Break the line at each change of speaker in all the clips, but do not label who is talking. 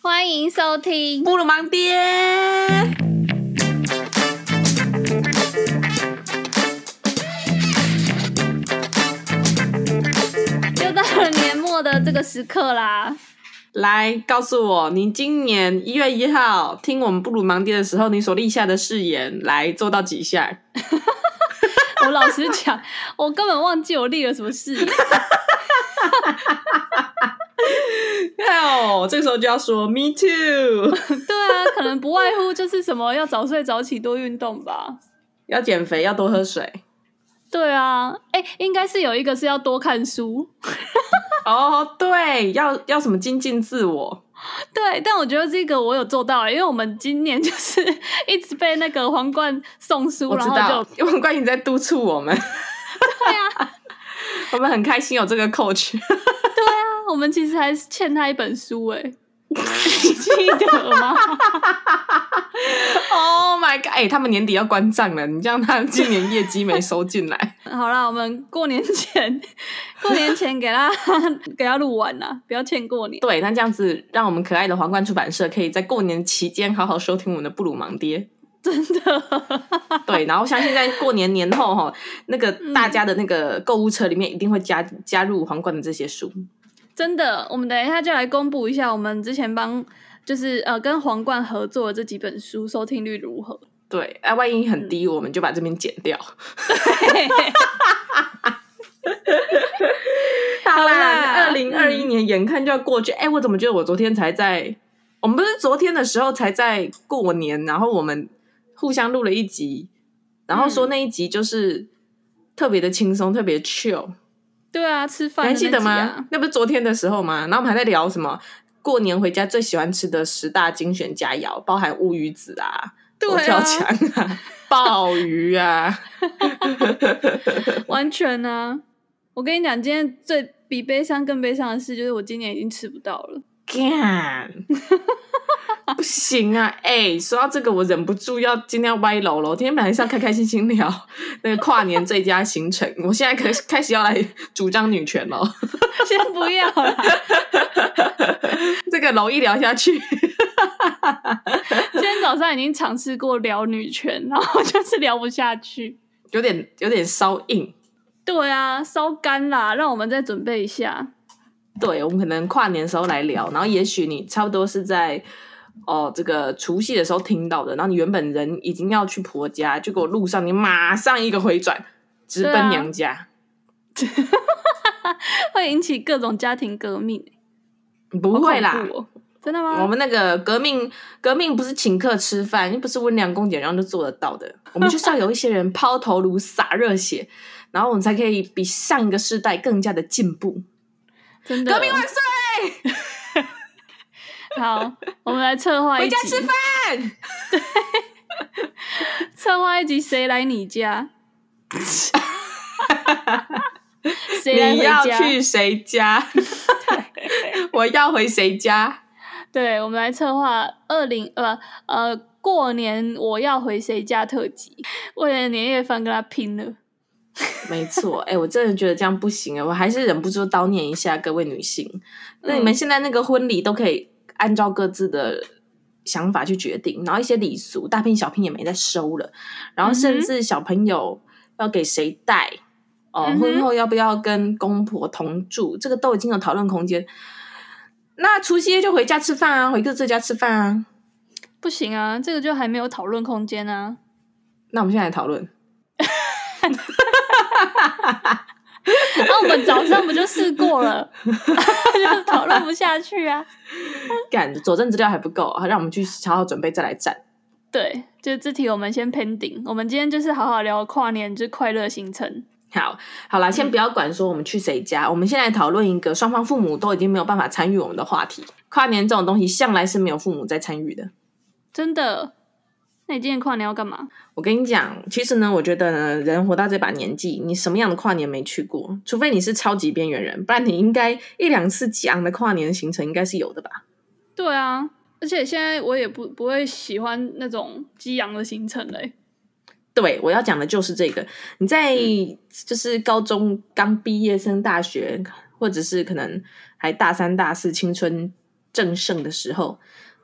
欢迎收听。
布鲁芒爹，
又到了年末的这个时刻啦，
来告诉我，你今年一月一号听我们布鲁芒爹的时候，你所立下的誓言，来做到几下？
我老实讲，我根本忘记我立了什么誓言。
哦，这个时候就要说 “me too”，
对啊，可能不外乎就是什么要早睡早起、多运动吧。
要减肥，要多喝水。
对啊，哎、应该是有一个是要多看书，
哦，对，要要什么精进自我？
对，但我觉得这个我有做到、因为我们今年就是一直被那个皇冠送书，
我
然
知
后
道
就，
因为关你在督促我 们，
对啊，
我们很开心有这个 coach。
我们其实还是欠他一本书哎、 你记得吗？
Oh my god！哎、他们年底要关账了，你这样他今年业绩没收进来。
好啦，我们过年前， 过年前给他 给他录完啦，不要欠过年。
对，那这样子让我们可爱的皇冠出版社可以在过年期间好好收听我们的布鲁芒爹。 真的，对，然后相信在过年年后哈，那个大家的那个购物车里面一定会加加入皇冠的这些书。
真的，我们等一下就来公布一下我们之前帮就是呃跟皇冠合作的这几本书收听率如何。
对，啊，万一很低，我们就把这边剪掉。
好
好啦，嗯
啦
二零二一年眼看就要过去，哎、我怎么觉得我昨天才在，我们不是昨天的时候才在过年，然后我们互相录了一集，然后说那一集就是特别的轻松，特别 chill，
对啊，吃
你
饭、
还记得
啊
吗？？那不是昨天的时候吗？然后我们还在聊什么？过年回家最喜欢吃的十大精选佳肴，包含乌鱼子啊、
对
佛跳
啊，
墙 啊、鲍鱼啊，
完全啊！我跟你讲，今天最比悲伤更悲伤的事就是我今年已经吃不到了。
干， 不行啊！哎、说到这个，我忍不住要今天要歪楼了。我今天本来是要开开心心聊 那个跨年最佳行程， 我现在开始开始要来主张女权了。
先不要啦，
这个楼一聊下去，
今天早上已经尝试过聊女权，然后就是聊不下去。
有点有点烧硬。
对啊，烧干啦，让我们再准备一下。
对，我们可能跨年的时候来聊，然后也许你差不多是在哦这个除夕的时候听到的，然后你原本人已经要去婆家，结果路上你马上一个回转，直
对啊
奔娘家。
会引起各种家庭革命，
不会啦
啊好，恐怖哦真的吗？
我们那个革命，革命不是请客吃饭，又不是温良恭俭让就做得到的。我们就是要有一些人抛头颅、洒热血，然后我们才可以比上一个世代更加的进步。
真的
革命万岁！
好，我们来策划一
回
集
家，吃 饭！
策划一集谁来你 家？谁来
你要
回
去
家？
谁家？ 我要回谁家？
对，我们来策划二零呃呃过年我要回谁家特辑，为了年夜饭跟他拼了。
没错，哎、我真的觉得这样不行啊！我还是忍不住叨念一下各位女性，那
嗯
你们现在那个婚礼都可以按照各自的想法去决定，然后一些礼俗大聘小聘也没在收了，然后
嗯
甚至小朋友要给谁带，哦、
嗯哼
婚后要不要跟公婆同住，这个都已经有讨论空间。那除夕夜就回家吃饭啊，回各自家吃饭啊。
不行啊，这个就还没有讨论空间啊。
那我们现在来讨论，
那我们早上不就试过了， 就讨论不下去啊。
干佐证资料还不够，让我们去好好准备再来战。
对，就这题我们先 pending。我们今天就是好好聊跨年之快乐行程。
好，好啦，先不要管说我们去谁家，我们现在讨论一个双方父母都已经没有办法参与我们的话题。跨年这种东西向来是没有父母在参与的。
真的，那你今年跨年要干嘛？
我跟你讲，其实呢，我觉得呢，人活到这把年纪，你什么样的跨年没去过？除非你是超级边缘人，不然你应该一两次激昂的跨年行程应该是有的吧？
对啊，而且现在我也不不会喜欢那种激昂的行程嘞、
对，我要讲的就是这个。你在
嗯
就是高中刚毕业升大学，或者是可能还大三大四青春正盛的时候，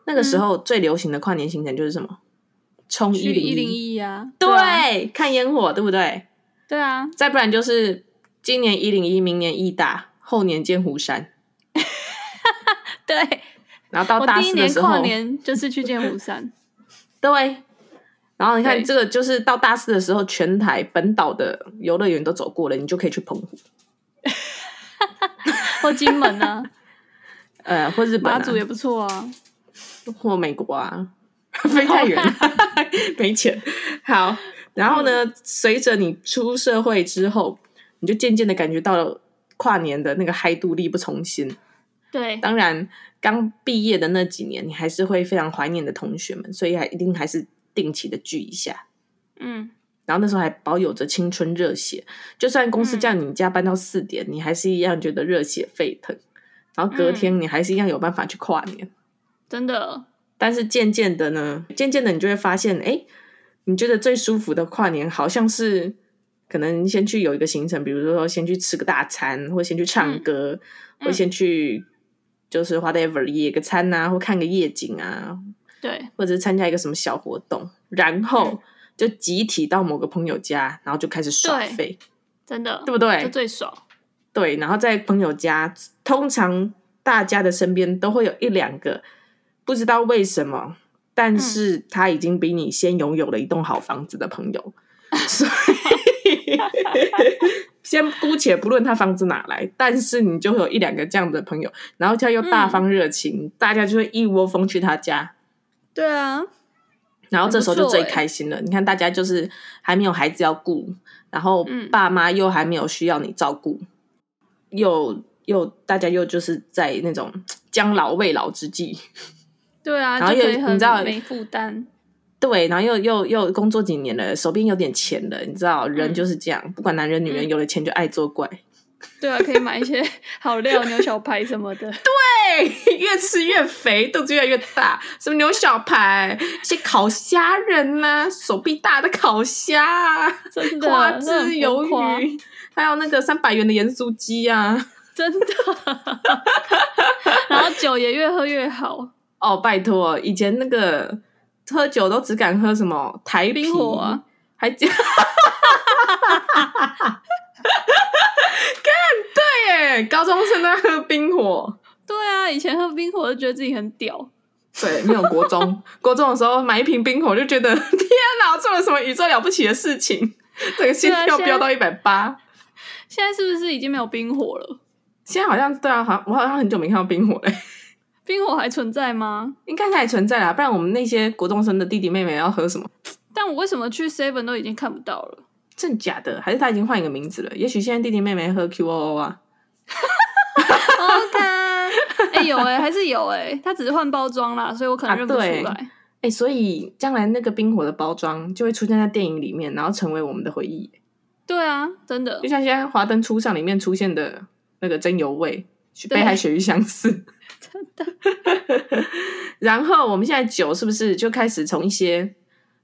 那个时候最流行的跨年行程就是什么？冲一
嗯去
零
一零
一，
一呀，啊
对，看烟火，对不对？
对啊，
再不然就是今年一零一，明年义大，后年剑湖山，
对。啊
然后到
我
大
第一
四的
年
时
跨
候，
年就是去剑湖 山，
对。然后你看，
对
这个就是到大四的时候，全台本岛的游乐园都走过了，你就可以去澎湖，
或金门 啊，
呃，或日
马
本、啊、
祖也不错啊。
或美国啊，飞太远，没钱。好，然后呢，随着你出社会之后，你就渐渐的感觉到了跨年的那个嗨度力不从心。
对，
当然，刚毕业的那几年，你还是会非常怀念的同学们，所以还一定还是定期的聚一下。
嗯，
然后那时候还保有着青春热血，就算公司
嗯
叫你加班到四点，你还是一样觉得热血沸腾。然后隔天，你还是一样有办法去跨年。
真的，
但是渐渐的呢，渐渐的你就会发现，哎，你觉得最舒服的跨年好像是可能先去有一个行程，比如说先去吃个大餐，或先去唱歌，
嗯
或先去就是 whatever 野个餐啊，或看个夜景啊，
对，
或者是参加一个什么小活动，然
嗯
后就集体到某个朋友家，然后就开始耍
对
废，
真的，
对不对？
就最爽。
对，然后在朋友家，通常大家的身边都会有一两个，不知道为什么，但是他已经比你先拥有了一栋好房子的朋友，所以 先姑且不论他房子哪来，但是你就会有一两个这样的朋友，然后他又大方热情，大家就会一窝蜂去他家，
对啊，
然后这时候就
很不错
最
欸
开心了。你看，大家就是还没有孩子要顾，然后
嗯
爸妈又还没有需要你照顾，又又大家又就是在那种将老未老之际，
对啊，
然后
就
又
可以
你
很
知道
没负担，
对，然后又又又工作几年了，手边有点钱了，你知道，人
嗯
就是这样，不管男人女人，
嗯
有了钱就爱作怪，
对啊，可以买一些 好料、牛小排什 么的，
对，哎越吃越肥，肚子越来越大，什么牛小排、一些烤虾仁呐、手臂大的烤虾啊、
真的，
花
真的很浮
枝鱿
夸，
鱼， 还有那个三百元的盐酥鸡啊！
真 的。然后酒也越喝越好，
哦，拜托，以前那个喝酒都只敢喝什么台啤
冰火啊，
还 加。干对耶，高中生在喝冰火，
对啊，以前喝冰火就觉得自己很屌，
对，没有国中，国中的时候买一瓶冰火就觉得 天哪，我做了什么宇宙了不起的事情，这个心
对啊
跳
现在
飙到一百八，
现在是不是已经没有冰火了？
现在好像对啊，好像我好像很久没看到冰火了。
冰火还存在吗？
应该是还存在啦，不然我们那些国中生的弟弟妹妹要喝什么？
但我为什么去 Seven 都已经看不到了？
真假的？还是他已经换一个名字了？也许现在弟弟妹妹喝 QOO 啊？
OK，哎、有哎、还是有哎、它只是换包装啦，所以我可能
啊
认不出
对
来。
哎、所以将来那个冰火的包装就会出现在电影里面，然后成为我们的回忆，
对啊，真的
就，像现在《华灯初上》里面出现的那个真油味，
对
被海鳕鱼相似， 真的。然后我们现在酒是不是就开始从一些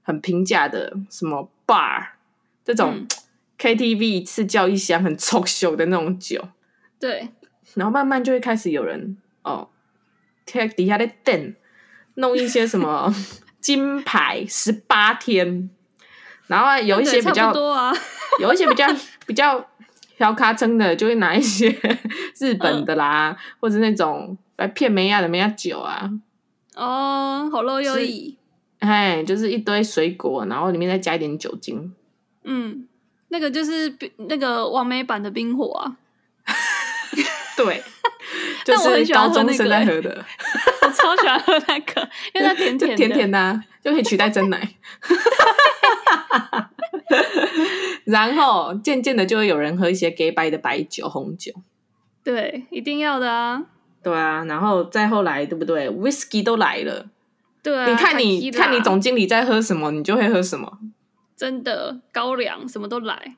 很平价的什么 bar 这种
嗯
KTV 一次叫一箱很臭秀的那种酒？
对，
然后慢慢就会开始有人哦，在底下在等，弄一些什 么金牌十八天，然后有哦一
对
些比
差不
较，
多啊，
有一些 比较比较小咖称的，就会拿一些 日本的啦，
嗯
或者那种来骗梅亚的梅亚酒啊，
哦，好漏又意，
哎，就是一堆水果，然后里面再加一点酒精。
嗯，那个就是冰那个完美版的冰火 啊，
对， 就
但我很
是
喜
高
欢喝
中
那个
生在
欸
喝的，
我超喜欢喝那个，因为它甜
就
甜的，
甜甜的、啊，就可以取代真奶。 然后渐渐的就会有人喝一些 gay 白的白酒、红酒，
对，一定要的啊，
对啊，然后再后来，对不对？whisky 都来了，
对啊，
你看你
Tequila
看你总经理在喝什么，你就会喝什么，
真的高粱什么都 来，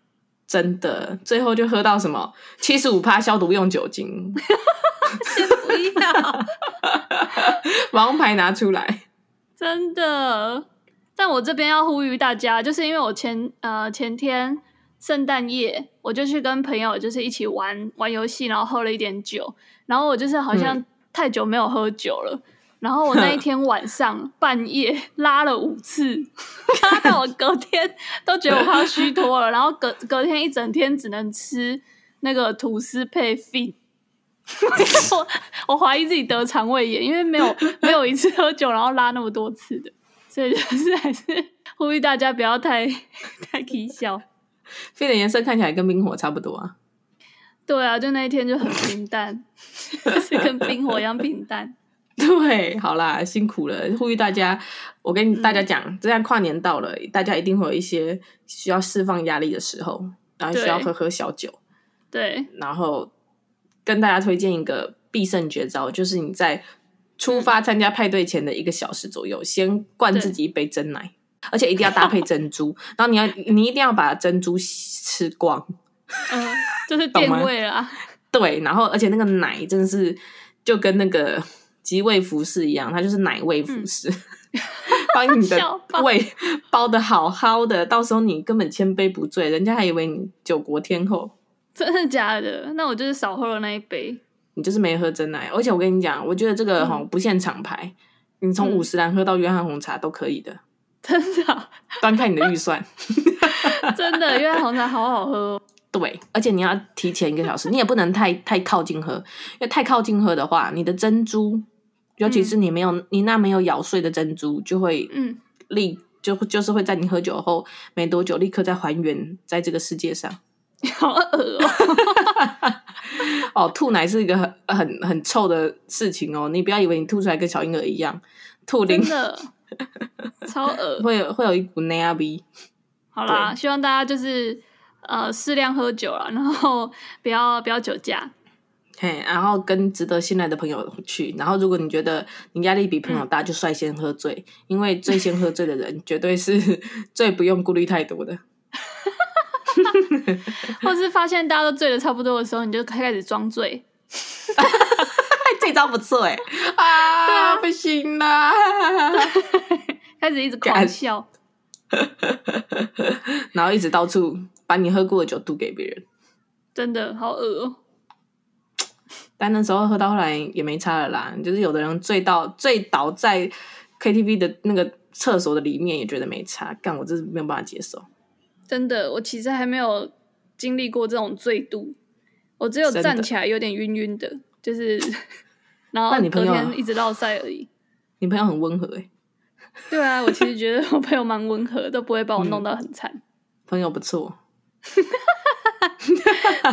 真的，最后就喝到什么七十五趴消毒用酒精，
先不要，
王牌拿出来，
真的。但我这边要呼吁大家，就是因为我前呃前天圣诞夜，我就去跟朋友就是一起玩玩游戏，然后喝了一点酒，然后我就是好像太久没有喝酒了。然后我那一天晚上半夜拉了五次，拉到我隔天都觉得我快要虚脱了。然后隔隔天一整天只能吃那个吐司配 fin。我我怀疑自己得肠胃炎，因为没有没有一次喝酒然后拉那么多次的，所以就是还是呼吁大家不要太太搞笑。
肺的颜色看起来跟冰火差不多啊。
对啊，就那一天就很平淡，就是跟冰火一样平淡。
对，好啦，辛苦了，呼吁大家，我跟大家
嗯
讲，这样跨年到了，大家一定会有一些需要释放压力的时候，然后需要
对
喝喝小酒，
对，
然后跟大家推荐一个必胜绝招，就是你在出发参加派对前的一个小时左右，先
嗯
灌
对
自己一杯真奶，而且一定要搭配珍珠， 然后你要你一定要把珍珠吃光，
嗯、就是
懂
变
吗
味啦。
对，然后而且那个奶真的是就跟那个即味服饰一样，它就是奶味服饰， 帮、你
嗯笑
的
爆
胃包的好好的，到时候你根本千杯不醉，人家还以为你九国天后，
真的假的？那我就是少喝了那一杯。
你就是没喝真奶。而且我跟你讲，我觉得这个哈、不限厂牌，你从
嗯
五十兰喝到约翰红茶都可以的，
真的啊、
端看你的预算。
真的，因为红茶好好喝哦、
对，而且你要提前一 个小时，你也不能太太靠近喝，因为太靠近喝的话，你的珍珠，尤其是你没有、你那没有咬碎的珍珠，就会
嗯，
立就就是会在你喝酒后没多久立刻再还原在这个世界上。
好恶 哦、
哦，吐奶是一个很很很臭的事情哦，你不要以为你吐出来跟小婴儿一样，吐
真
零
的超恶。
会有会有一股奶啊逼。
好啦，希望大家就是呃适量喝酒啦， 然后不要不要酒驾。
嘿，然后跟值得信赖的朋友去，然后如果你觉得你压力比朋友大，就率先喝醉，因为最先喝醉的人绝对是 最不用顾虑太多的。
或是发现大家都醉的差不多的时候，你就开始装醉。
哎，这招不错 哎、啊，不行啦！
开始一直狂
干
笑，
然后一直到处把你喝过的酒渡给别人。
真的好恶哦、
但那时候喝到后来也没差了啦，就是有的人醉到醉倒在 KTV 的那个厕所的里面也觉得没差，干我真是没有办法接受。
真的，我其实还没有经历过这种醉度，我只有
真的
站起来有点晕晕的，就是 然后
那你
隔
朋友啊
天一直落赛而已。
你朋友很温和欸诶、
对啊，我其实觉得我朋友蛮温和，都不会把我弄到很惨，
朋友不错。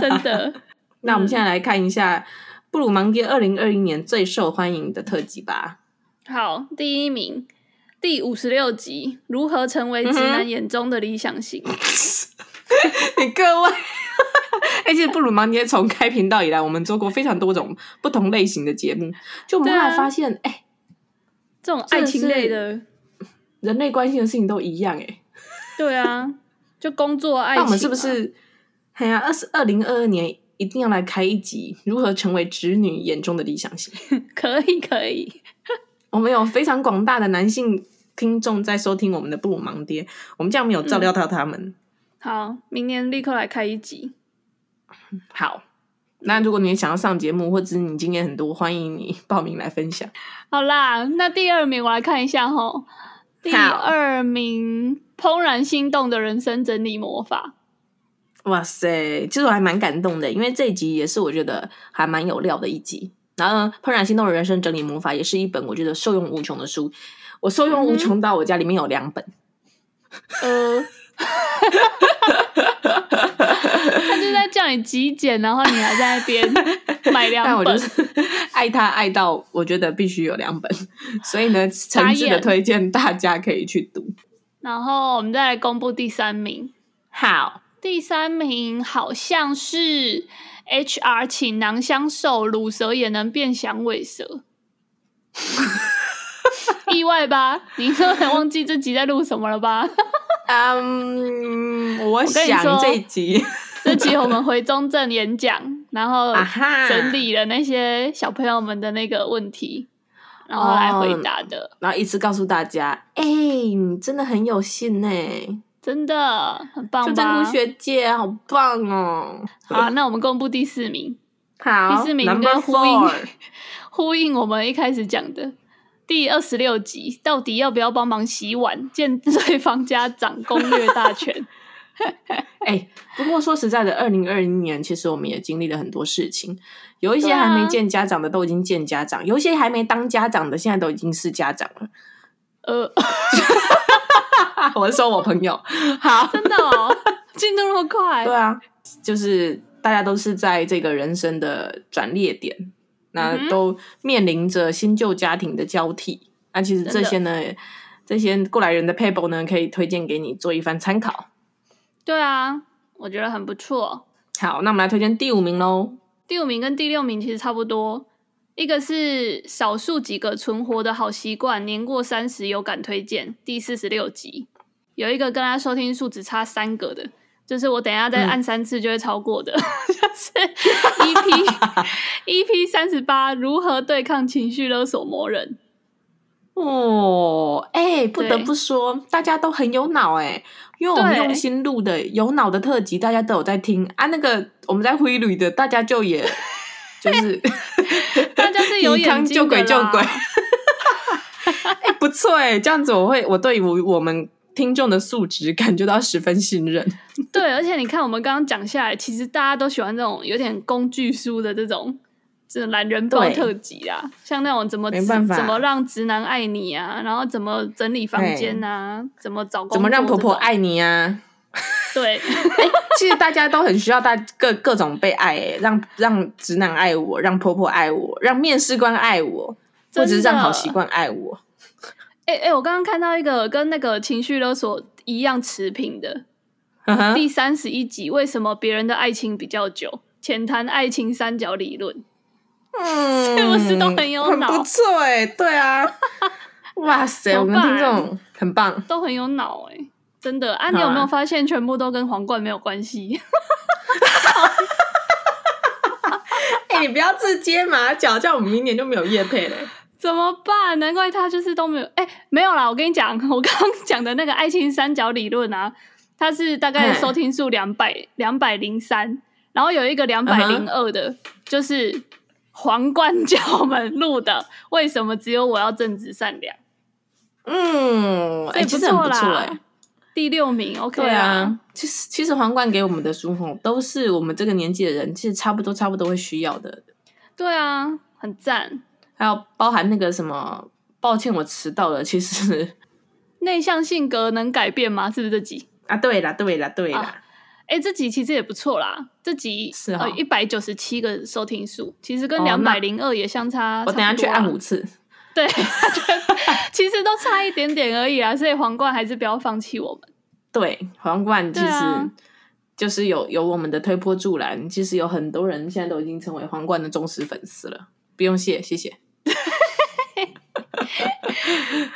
真的。
那我
嗯
们现在来看一下布鲁芒爹二零二一年最受欢迎的特辑吧。
好，第一名，第五十六集，如何成
嗯
为直男眼中的理想型？
你各位，哎、其实布鲁芒爹从开频道以来，我们做过非常多种不同类型的节目，就我们后
对
来
啊
发现，哎、
这种爱情类的，
人类关心的事情都一样、哎。
对啊，就工作爱情、
那
啊。
我们是不是？哎呀，二十二零二二年一定要来开一集，如何成为直女眼中的理想型？
可以可以？
我们有非常广大的男性听众在收听我们的布鲁盲爹，我们这样没有
嗯
照料到他们。
好，明年立刻来开一集。
好，那如果你也想要上节目，或者是你经验很多，欢迎你报名来分享。
好啦，那第二名我来看一下哈。第二名，怦然心动的人生整理魔法。
哇塞，其实我还蛮感动的，因为这一集也是我觉得还蛮有料的一集。然后呢，《怦然心动的人生整理魔法》也是一本我觉得受用无穷的书，我受用无穷到我家里面有两本。
呃， 他就在叫你极简，然后你还在那边买
但
两
我就
本，
是爱他爱到我觉得必须有两本，所以呢，诚挚的推荐大家可以去读。
然后我们再来公布第三名。
好，
第三名好像是 HR 请囊相授，乳蛇也能变响尾蛇，意外吧？你都很忘记这集在录什么了吧？
嗯，我
跟你说
想这一集
这集我们回中正演讲，然后
啊哈
整，理了那些小朋友们的那个问题，然后来
哦
回答的，
然后一次告诉大家，哎、你真的很有幸呢、
真的很棒
就
吧
真姑？学姐好棒哦。
好啊，那我们公布第四名，
好
第四名
n u m b e
跟
r
呼应
four，
呼应我们一开始讲的第二十六集，到底要不要帮忙洗碗，见对方家长攻略大 全。
哎、不过说实在的，二零二零年其实我们也经历了很多事情，有一些
对啊
还没见家长的都已经见家长，有一些还没当家长的现在都已经是家长了。
呃，
我是说我朋友，好，
真的哦， 进度那么快
对，啊，就是大家都是在这个人生的转捩点，
嗯
那
哼
都面临着新旧家庭的交替。那其实
真
这
的
些呢，这些过来人的 paper 呢，可以推荐给你做一番参考。
对啊，我觉得很不错。
好，那我们来推荐第五名喽。
第五名跟第六名其实差不多，一个是少数几个存活的好习惯，年过三十有感推荐，第四十六集有一个跟他收听数只差三个的，就是我等一下再
嗯
按三次就会超过的， 就是 EP EP 三十八如何对抗情绪勒索魔人，
哦，哎、不得
对
不说，大家都很有脑哎、因为我们
对
用心录的有脑的特辑，大家都有在听啊。那个我们在灰旅的，大家就也就是
大家是有
以
眼
汤救
睛的
鬼救 鬼，
啦，
哎、不错哎、这样子我会我对我我们听众的素质感觉到十分信任。
对，而且你看我们刚刚讲下来，其实大家都喜欢这种有点工具书的这种。这种懒人包
对
特辑啊，像那种怎么
没
直
办法
怎么让直男爱你啊，然后怎么整理房间啊，怎么找工作
怎么让婆婆
这种？
爱你啊？
对
其实大家都很需要大各各种被爱、欸，让让直男爱我，让婆婆爱我，让面试官爱我，或者是
真的
让好习惯爱我。
哎哎、我刚刚看到一个跟那个情绪勒索一样持平的、
嗯哼
第三十一集，为什么别人的爱情比较久？浅谈爱情三角理论，
嗯，
是不是都很有脑
很不错哎、对 啊，哇塞，
怎
我
么
们
办
听众很棒。
都很有脑哎、真的啊！你有没
好啊
有发现全部都跟皇冠没有关系？
哎、你不要自揭马脚，这样我们明年就没有叶配了。
怎么办？难怪他就是都没有，哎、没有啦！我跟你讲，我刚刚讲的那个爱情三角理论啊，它是大概
嗯
收听数两百两百零三，然后有一个两百零二
嗯
的就是皇冠教我们录的，为什么只有我要正直善良？
嗯，哎、
这也
其实很
错
不
啦，啊
错哎、
第六名，OK
对
啊
啊，，其实其实皇冠给我们的书吼，都是我们这个年纪的人，其实差不多差不多会需要的。
对啊，很赞。
还有包含那个什么，抱歉我迟到了，其实
内向性格能改变吗？是不是这集？
啊，对啦对啦对啦，
啊哎、这集其实也不错啦，这集
是哦
呃一百九十七个收听数，其实跟
哦
两
那
百零二也相啊差、啊
我等一下去按五
五，
次。
对，其实都差一点点而已啊，所以皇冠还是不要放弃我们。
对，皇冠其
对
实
啊
就是有有我们的推波助澜，其实有很多人现在都已经成为皇冠的忠实粉丝了。不用谢，谢谢。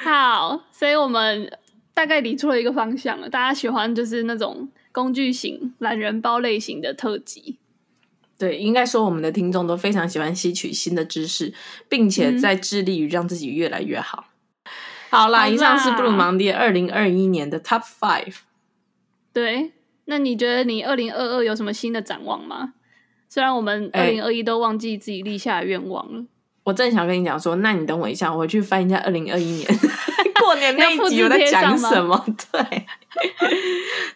好，所以我们大概理出了一个方向了，大家喜欢就是那种工具型、懒人包类型的特辑，
对，应该说我们的听众都非常喜欢吸取新的知识，并且
嗯
在致力于让自己越来越好。好啦，
好
以上是
啦
布鲁芒蒂二零二一年的 Top Five。
对。那你觉得你二零二二有什么新的展望吗？虽然我们二
哎
零二一都忘记自己立下的愿望了，
我正想跟你讲说，那你等我一下，我回去翻一下二零二一 年过年那一集
要复
我
制
在
贴
讲
上吗
什么。 对，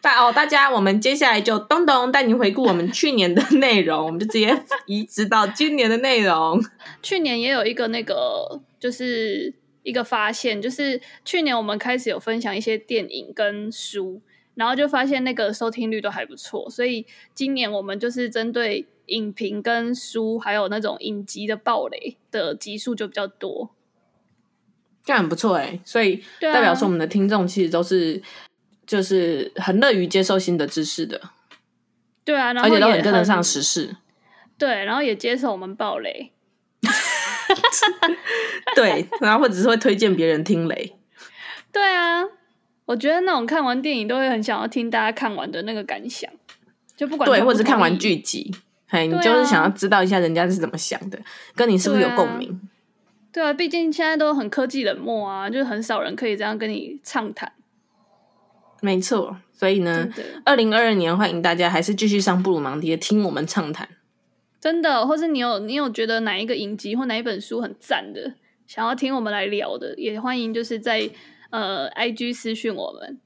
大哦，大家，我们接下来就东东带你回顾我们去年的内容，我们就直接移植到今年的内容。
去年也有一个那个，就是一个发现，就是去年我们开始有分享一些电影跟书，然后就发现那个收听率都还不错，所以今年我们就是针对影评跟书，还有那种影集的暴雷的集数就比较多。
这样很不错哎，所以
对啊
代表说我们的听众其实都是就是很乐于接受新的知识的，
对啊，然后
而且都
也
很跟得上 时事。
对，然后也接受我们暴雷。
对，然后或者是会推荐别人听雷。
对啊，我觉得那种看完电影都会很想要听大家看完的那个感想，就不管
对，
同
或
不
者是看
同
完
意
剧集，嘿，你
对
就是
啊
想要知道一下人家是怎么想的，跟你是不是有
对啊
共鸣？
对啊，毕竟现在都很科技冷漠啊，就是很少人可以这样跟你畅谈，
没错，所以呢
真，的。
二零二二年欢迎大家还是继续上布鲁芒迪听我们畅谈。
真的，或是你有你有觉得哪一个影集或哪一本书很赞的，想要听我们来聊的，也欢迎就是在呃 IG 私讯我们。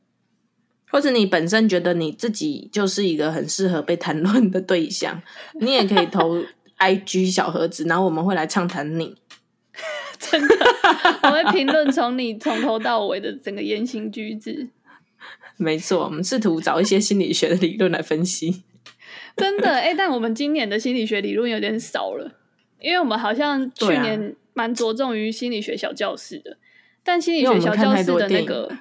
或者你本身觉得你自己就是一个很适合被谈论的对象，你也可 以投 IG 小盒子，然后我们会来畅谈你。
真的，我会评论从你从头到尾的整个言行举止。
没错，我们试图找一些心理学的理论来分析。
真的哎、欸，但我们今年的心理学理论有点少了，因为我们好像去
对啊
年蛮着重于心理学小教室的，但心理
因为
学
我
小
们看
教
太
室
多
的那
电影
个，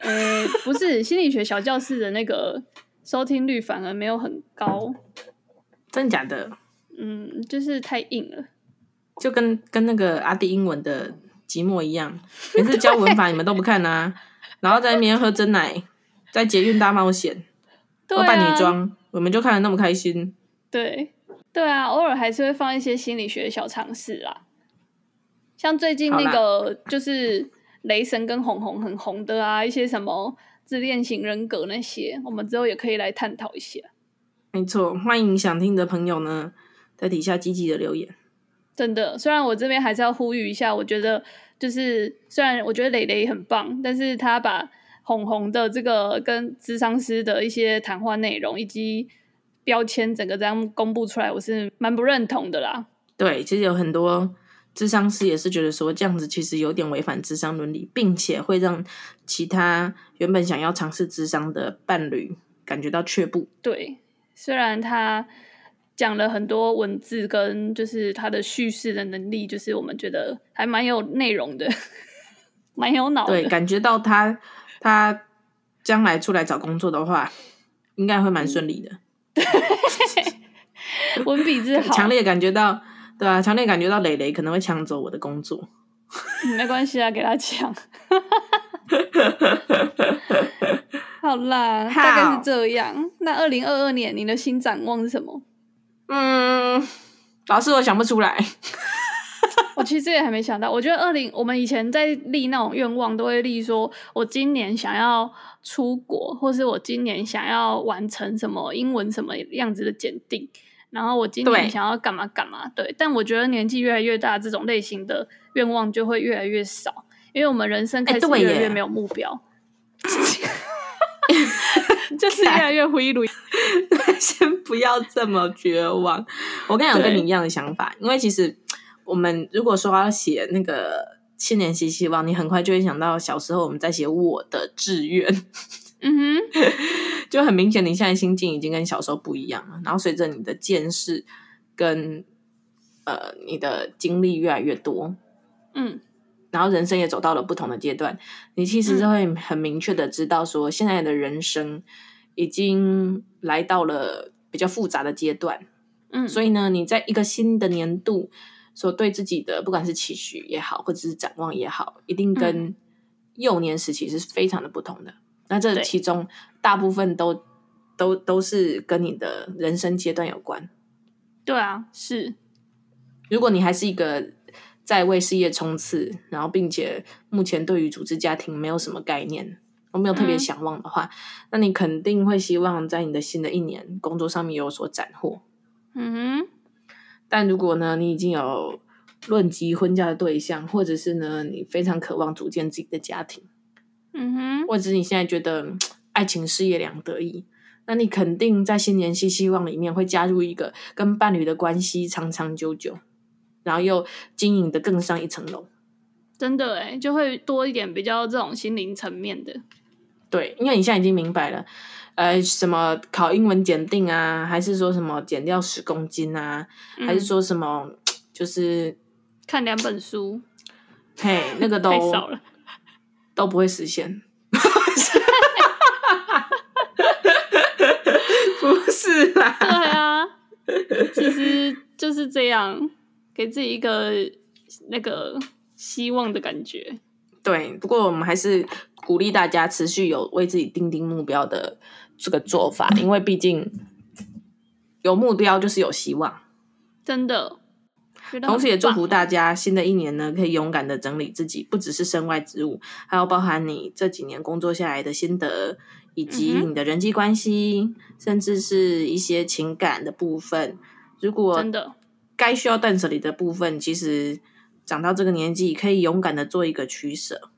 呃，不是心理学小教室的那个收听率反而没有很高，
真的假的？
嗯，就是太硬了。
就跟跟那个阿弟英文的寂寞一样，每次教文法你们都不看啊，然后在那边喝真奶，在捷运大冒险，
对
要扮女
啊，
装，我们就看得那么开心。
对对啊，偶尔还是会放一些心理学小常识啦，像最近
好
那
啦
个就是雷神跟红红很红的啊，一些什么自恋型人格那些，我们之后也可以来探讨一下。
没错，欢迎想听的朋友呢，在底下积极的留言。
真的，虽然我这边还是要呼吁一下，我觉得就是虽然我觉得蕾蕾很棒，但是她把红红的这个跟智商师的一些谈话内容以及标签整个这样公布出来，我是蛮不认同的啦。
对，其实有很多智商师也是觉得说这样子其实有点违反智商伦理，并且会让其他原本想要尝试智商的伴侣感觉到却步。
对，虽然他讲了很多文字跟就是他的叙事的能力，就是我们觉得还蛮有内容的， 蛮有脑
对，
的。
感觉到他他将来出来找工作的话，应该会蛮顺利的。
文笔字好，
强烈感觉到，对啊，强烈感觉到磊磊可能会抢走我的工作。
嗯没关系啊，给他 讲。好啦，大概
好
是这样。那二零二二年你的新展望是什么？
嗯，老师，我想不出来。
我其实也还没想到。我觉得二零我们以前在立那种愿望，都会立说，我今年想要出国，或是我今年想要完成什么英文什么样子的检定，然后我今
对
年想要干嘛干嘛。对，但我觉得年纪越来越大，这种类型的愿望就会越来越少，因为我们人生开始
对
越来
耶
越没有目标。 就是越来越灰溜，
先不要这么绝望。我跟你讲，我
对
跟你一样的想法，因为其实我们如果说要写那个新年新希望，你很快就会想到小时候我们在写我的志愿，
嗯哼，
就很明显你现在心境已经跟小时候不一样了。然后随着你的见识跟呃你的经历越来越多，
嗯，
然后人生也走到了不同的阶段，你其实是会很明确的知道说，现在的人生已经来到了比较复杂的阶段。
嗯，
所以呢，你在一个新的年度所对自己的不管是期许也好，或者是展望也好，一定
嗯
跟幼年时期是非常的不同的。那这
对
其中大部分都都都是跟你的人生阶段有关。
对啊，是，
如果你还是一个在为事业冲刺，然后并且目前对于组织家庭没有什么概念，我没有特别
嗯
想望的话，那你肯定会希望在你的新的一年工作上面有所斩获。
嗯哼，
但如果呢，你已经有论及婚嫁的对象，或者是呢，你非常渴望组建自己的家庭，
嗯哼，
或者是你现在觉得嗯爱情事业两得意，那你肯定在新年新希望里面会加入一个跟伴侣的关系长长久久，然后又经营的更上一层楼。
真的哎，就会多一点比较这种心灵层面的，
对，因为你现在已经明白了，呃，什么考英文检定啊，还是说什么减掉十公斤啊，还是
嗯
说什么就是
看两本书
嘿那个都
太少了，
都不会实现。不是啦，
对啊，其实就是这样，给自己一个那个希望的感觉。
对，不过我们还是鼓励大家持续有为自己定定目标的这个做法，因为毕竟有目标就是有希望。
真的，觉得很
同时也祝福
棒
大家新的一年呢，可以勇敢的整理自己，不只是身外之物，还有包含你这几年工作下来的心得，以及
嗯
你的人际关系，甚至是一些情感的部分，如果
真的，
该需要断舍离的部分，其实长到这个年纪，可以勇敢的做一个取舍，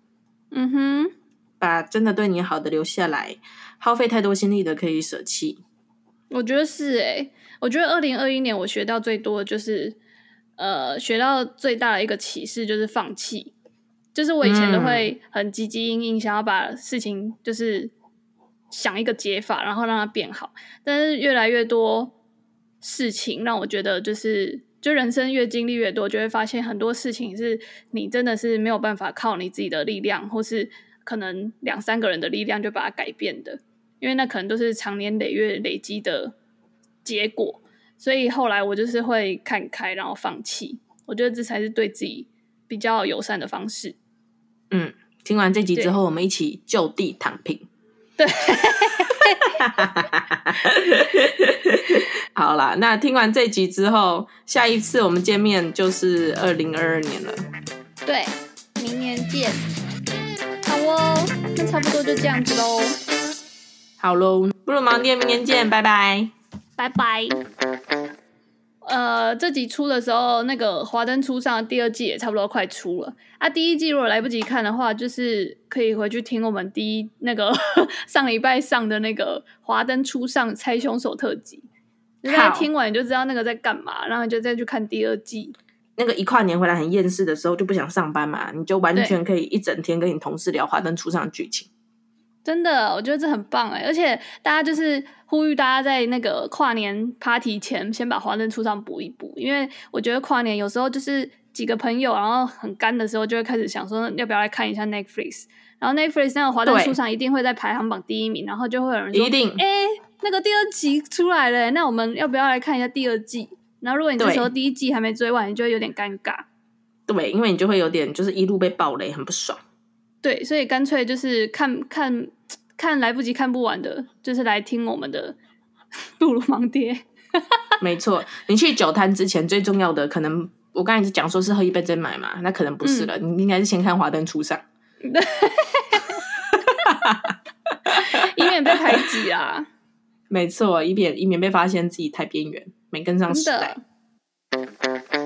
嗯哼，
把真的对你好的留下来，耗费太多心力的可以舍弃。
我觉得是诶、欸我觉得二零二一年我学到最多的就是，呃，学到最大的一个启示就是放弃。就是我以前都
嗯
会很积极应应，想要把事情就是想一个解法，然后让它变好。但是越来越多事情让我觉得，就是就人生越经历越多，就会发现很多事情是你真的是没有办法靠你自己的力量，或是可能两三个人的力量就把它改变的，因为那可能都是长年累月累积的结果。所以后来我就是会看开，然后放弃。我觉得这才是对自己比较友善的方式。
听完这集之
对
后，我们一起就地躺平。
对，
好啦，那听完这集之后，下一次我们见面就是二零二二年了。
对，明年见。好哦，那差不多就这样子喽，
好喽，不如盲店明年见，拜拜。
拜拜。呃，这集出的时候，那个《华灯初上》第二季也差不多快出了啊。第一季如果来不及看的话，就是可以回去听我们第一那个 上礼拜上的那个《华灯初上》猜凶手特辑，你大家
好
听完你就知道那个在干嘛，然后你就再去看第二季。
那个一跨年回来很厌世的时候，就不想上班嘛，你就完全可以一整天跟你同事聊《华灯初上》的剧情。
真的，我觉得这很棒哎！而且大家就是呼吁大家在那个跨年 party 前，先把《华灯初上》补一补，因为我觉得跨年有时候就是几个朋友，然后很干的时候，就会开始想说要不要来看一下 Netflix。然后 Netflix 那个《华灯初上》一定会在排行榜第一名，然后就会有人说
一定：“
哎、那个第二集出来了欸，那我们要不要来看一下第二季？”然后如果你这
对
时候第一季还没追完，你就会有点尴尬。
对，因为你就会有点就是一路被暴雷，很不爽。
对，所以干脆就是看看看来不及看不完的，就是来听我们的 露露盲 爹。
没错，你去酒摊之前最重要的，可能我刚才是讲说是喝一杯再买嘛，那可能不是了，
嗯
你应该是先看《华灯初上》。
以免被排挤啊！
没错，以免以免被发现自己太边缘，没跟上
真
时代
的。。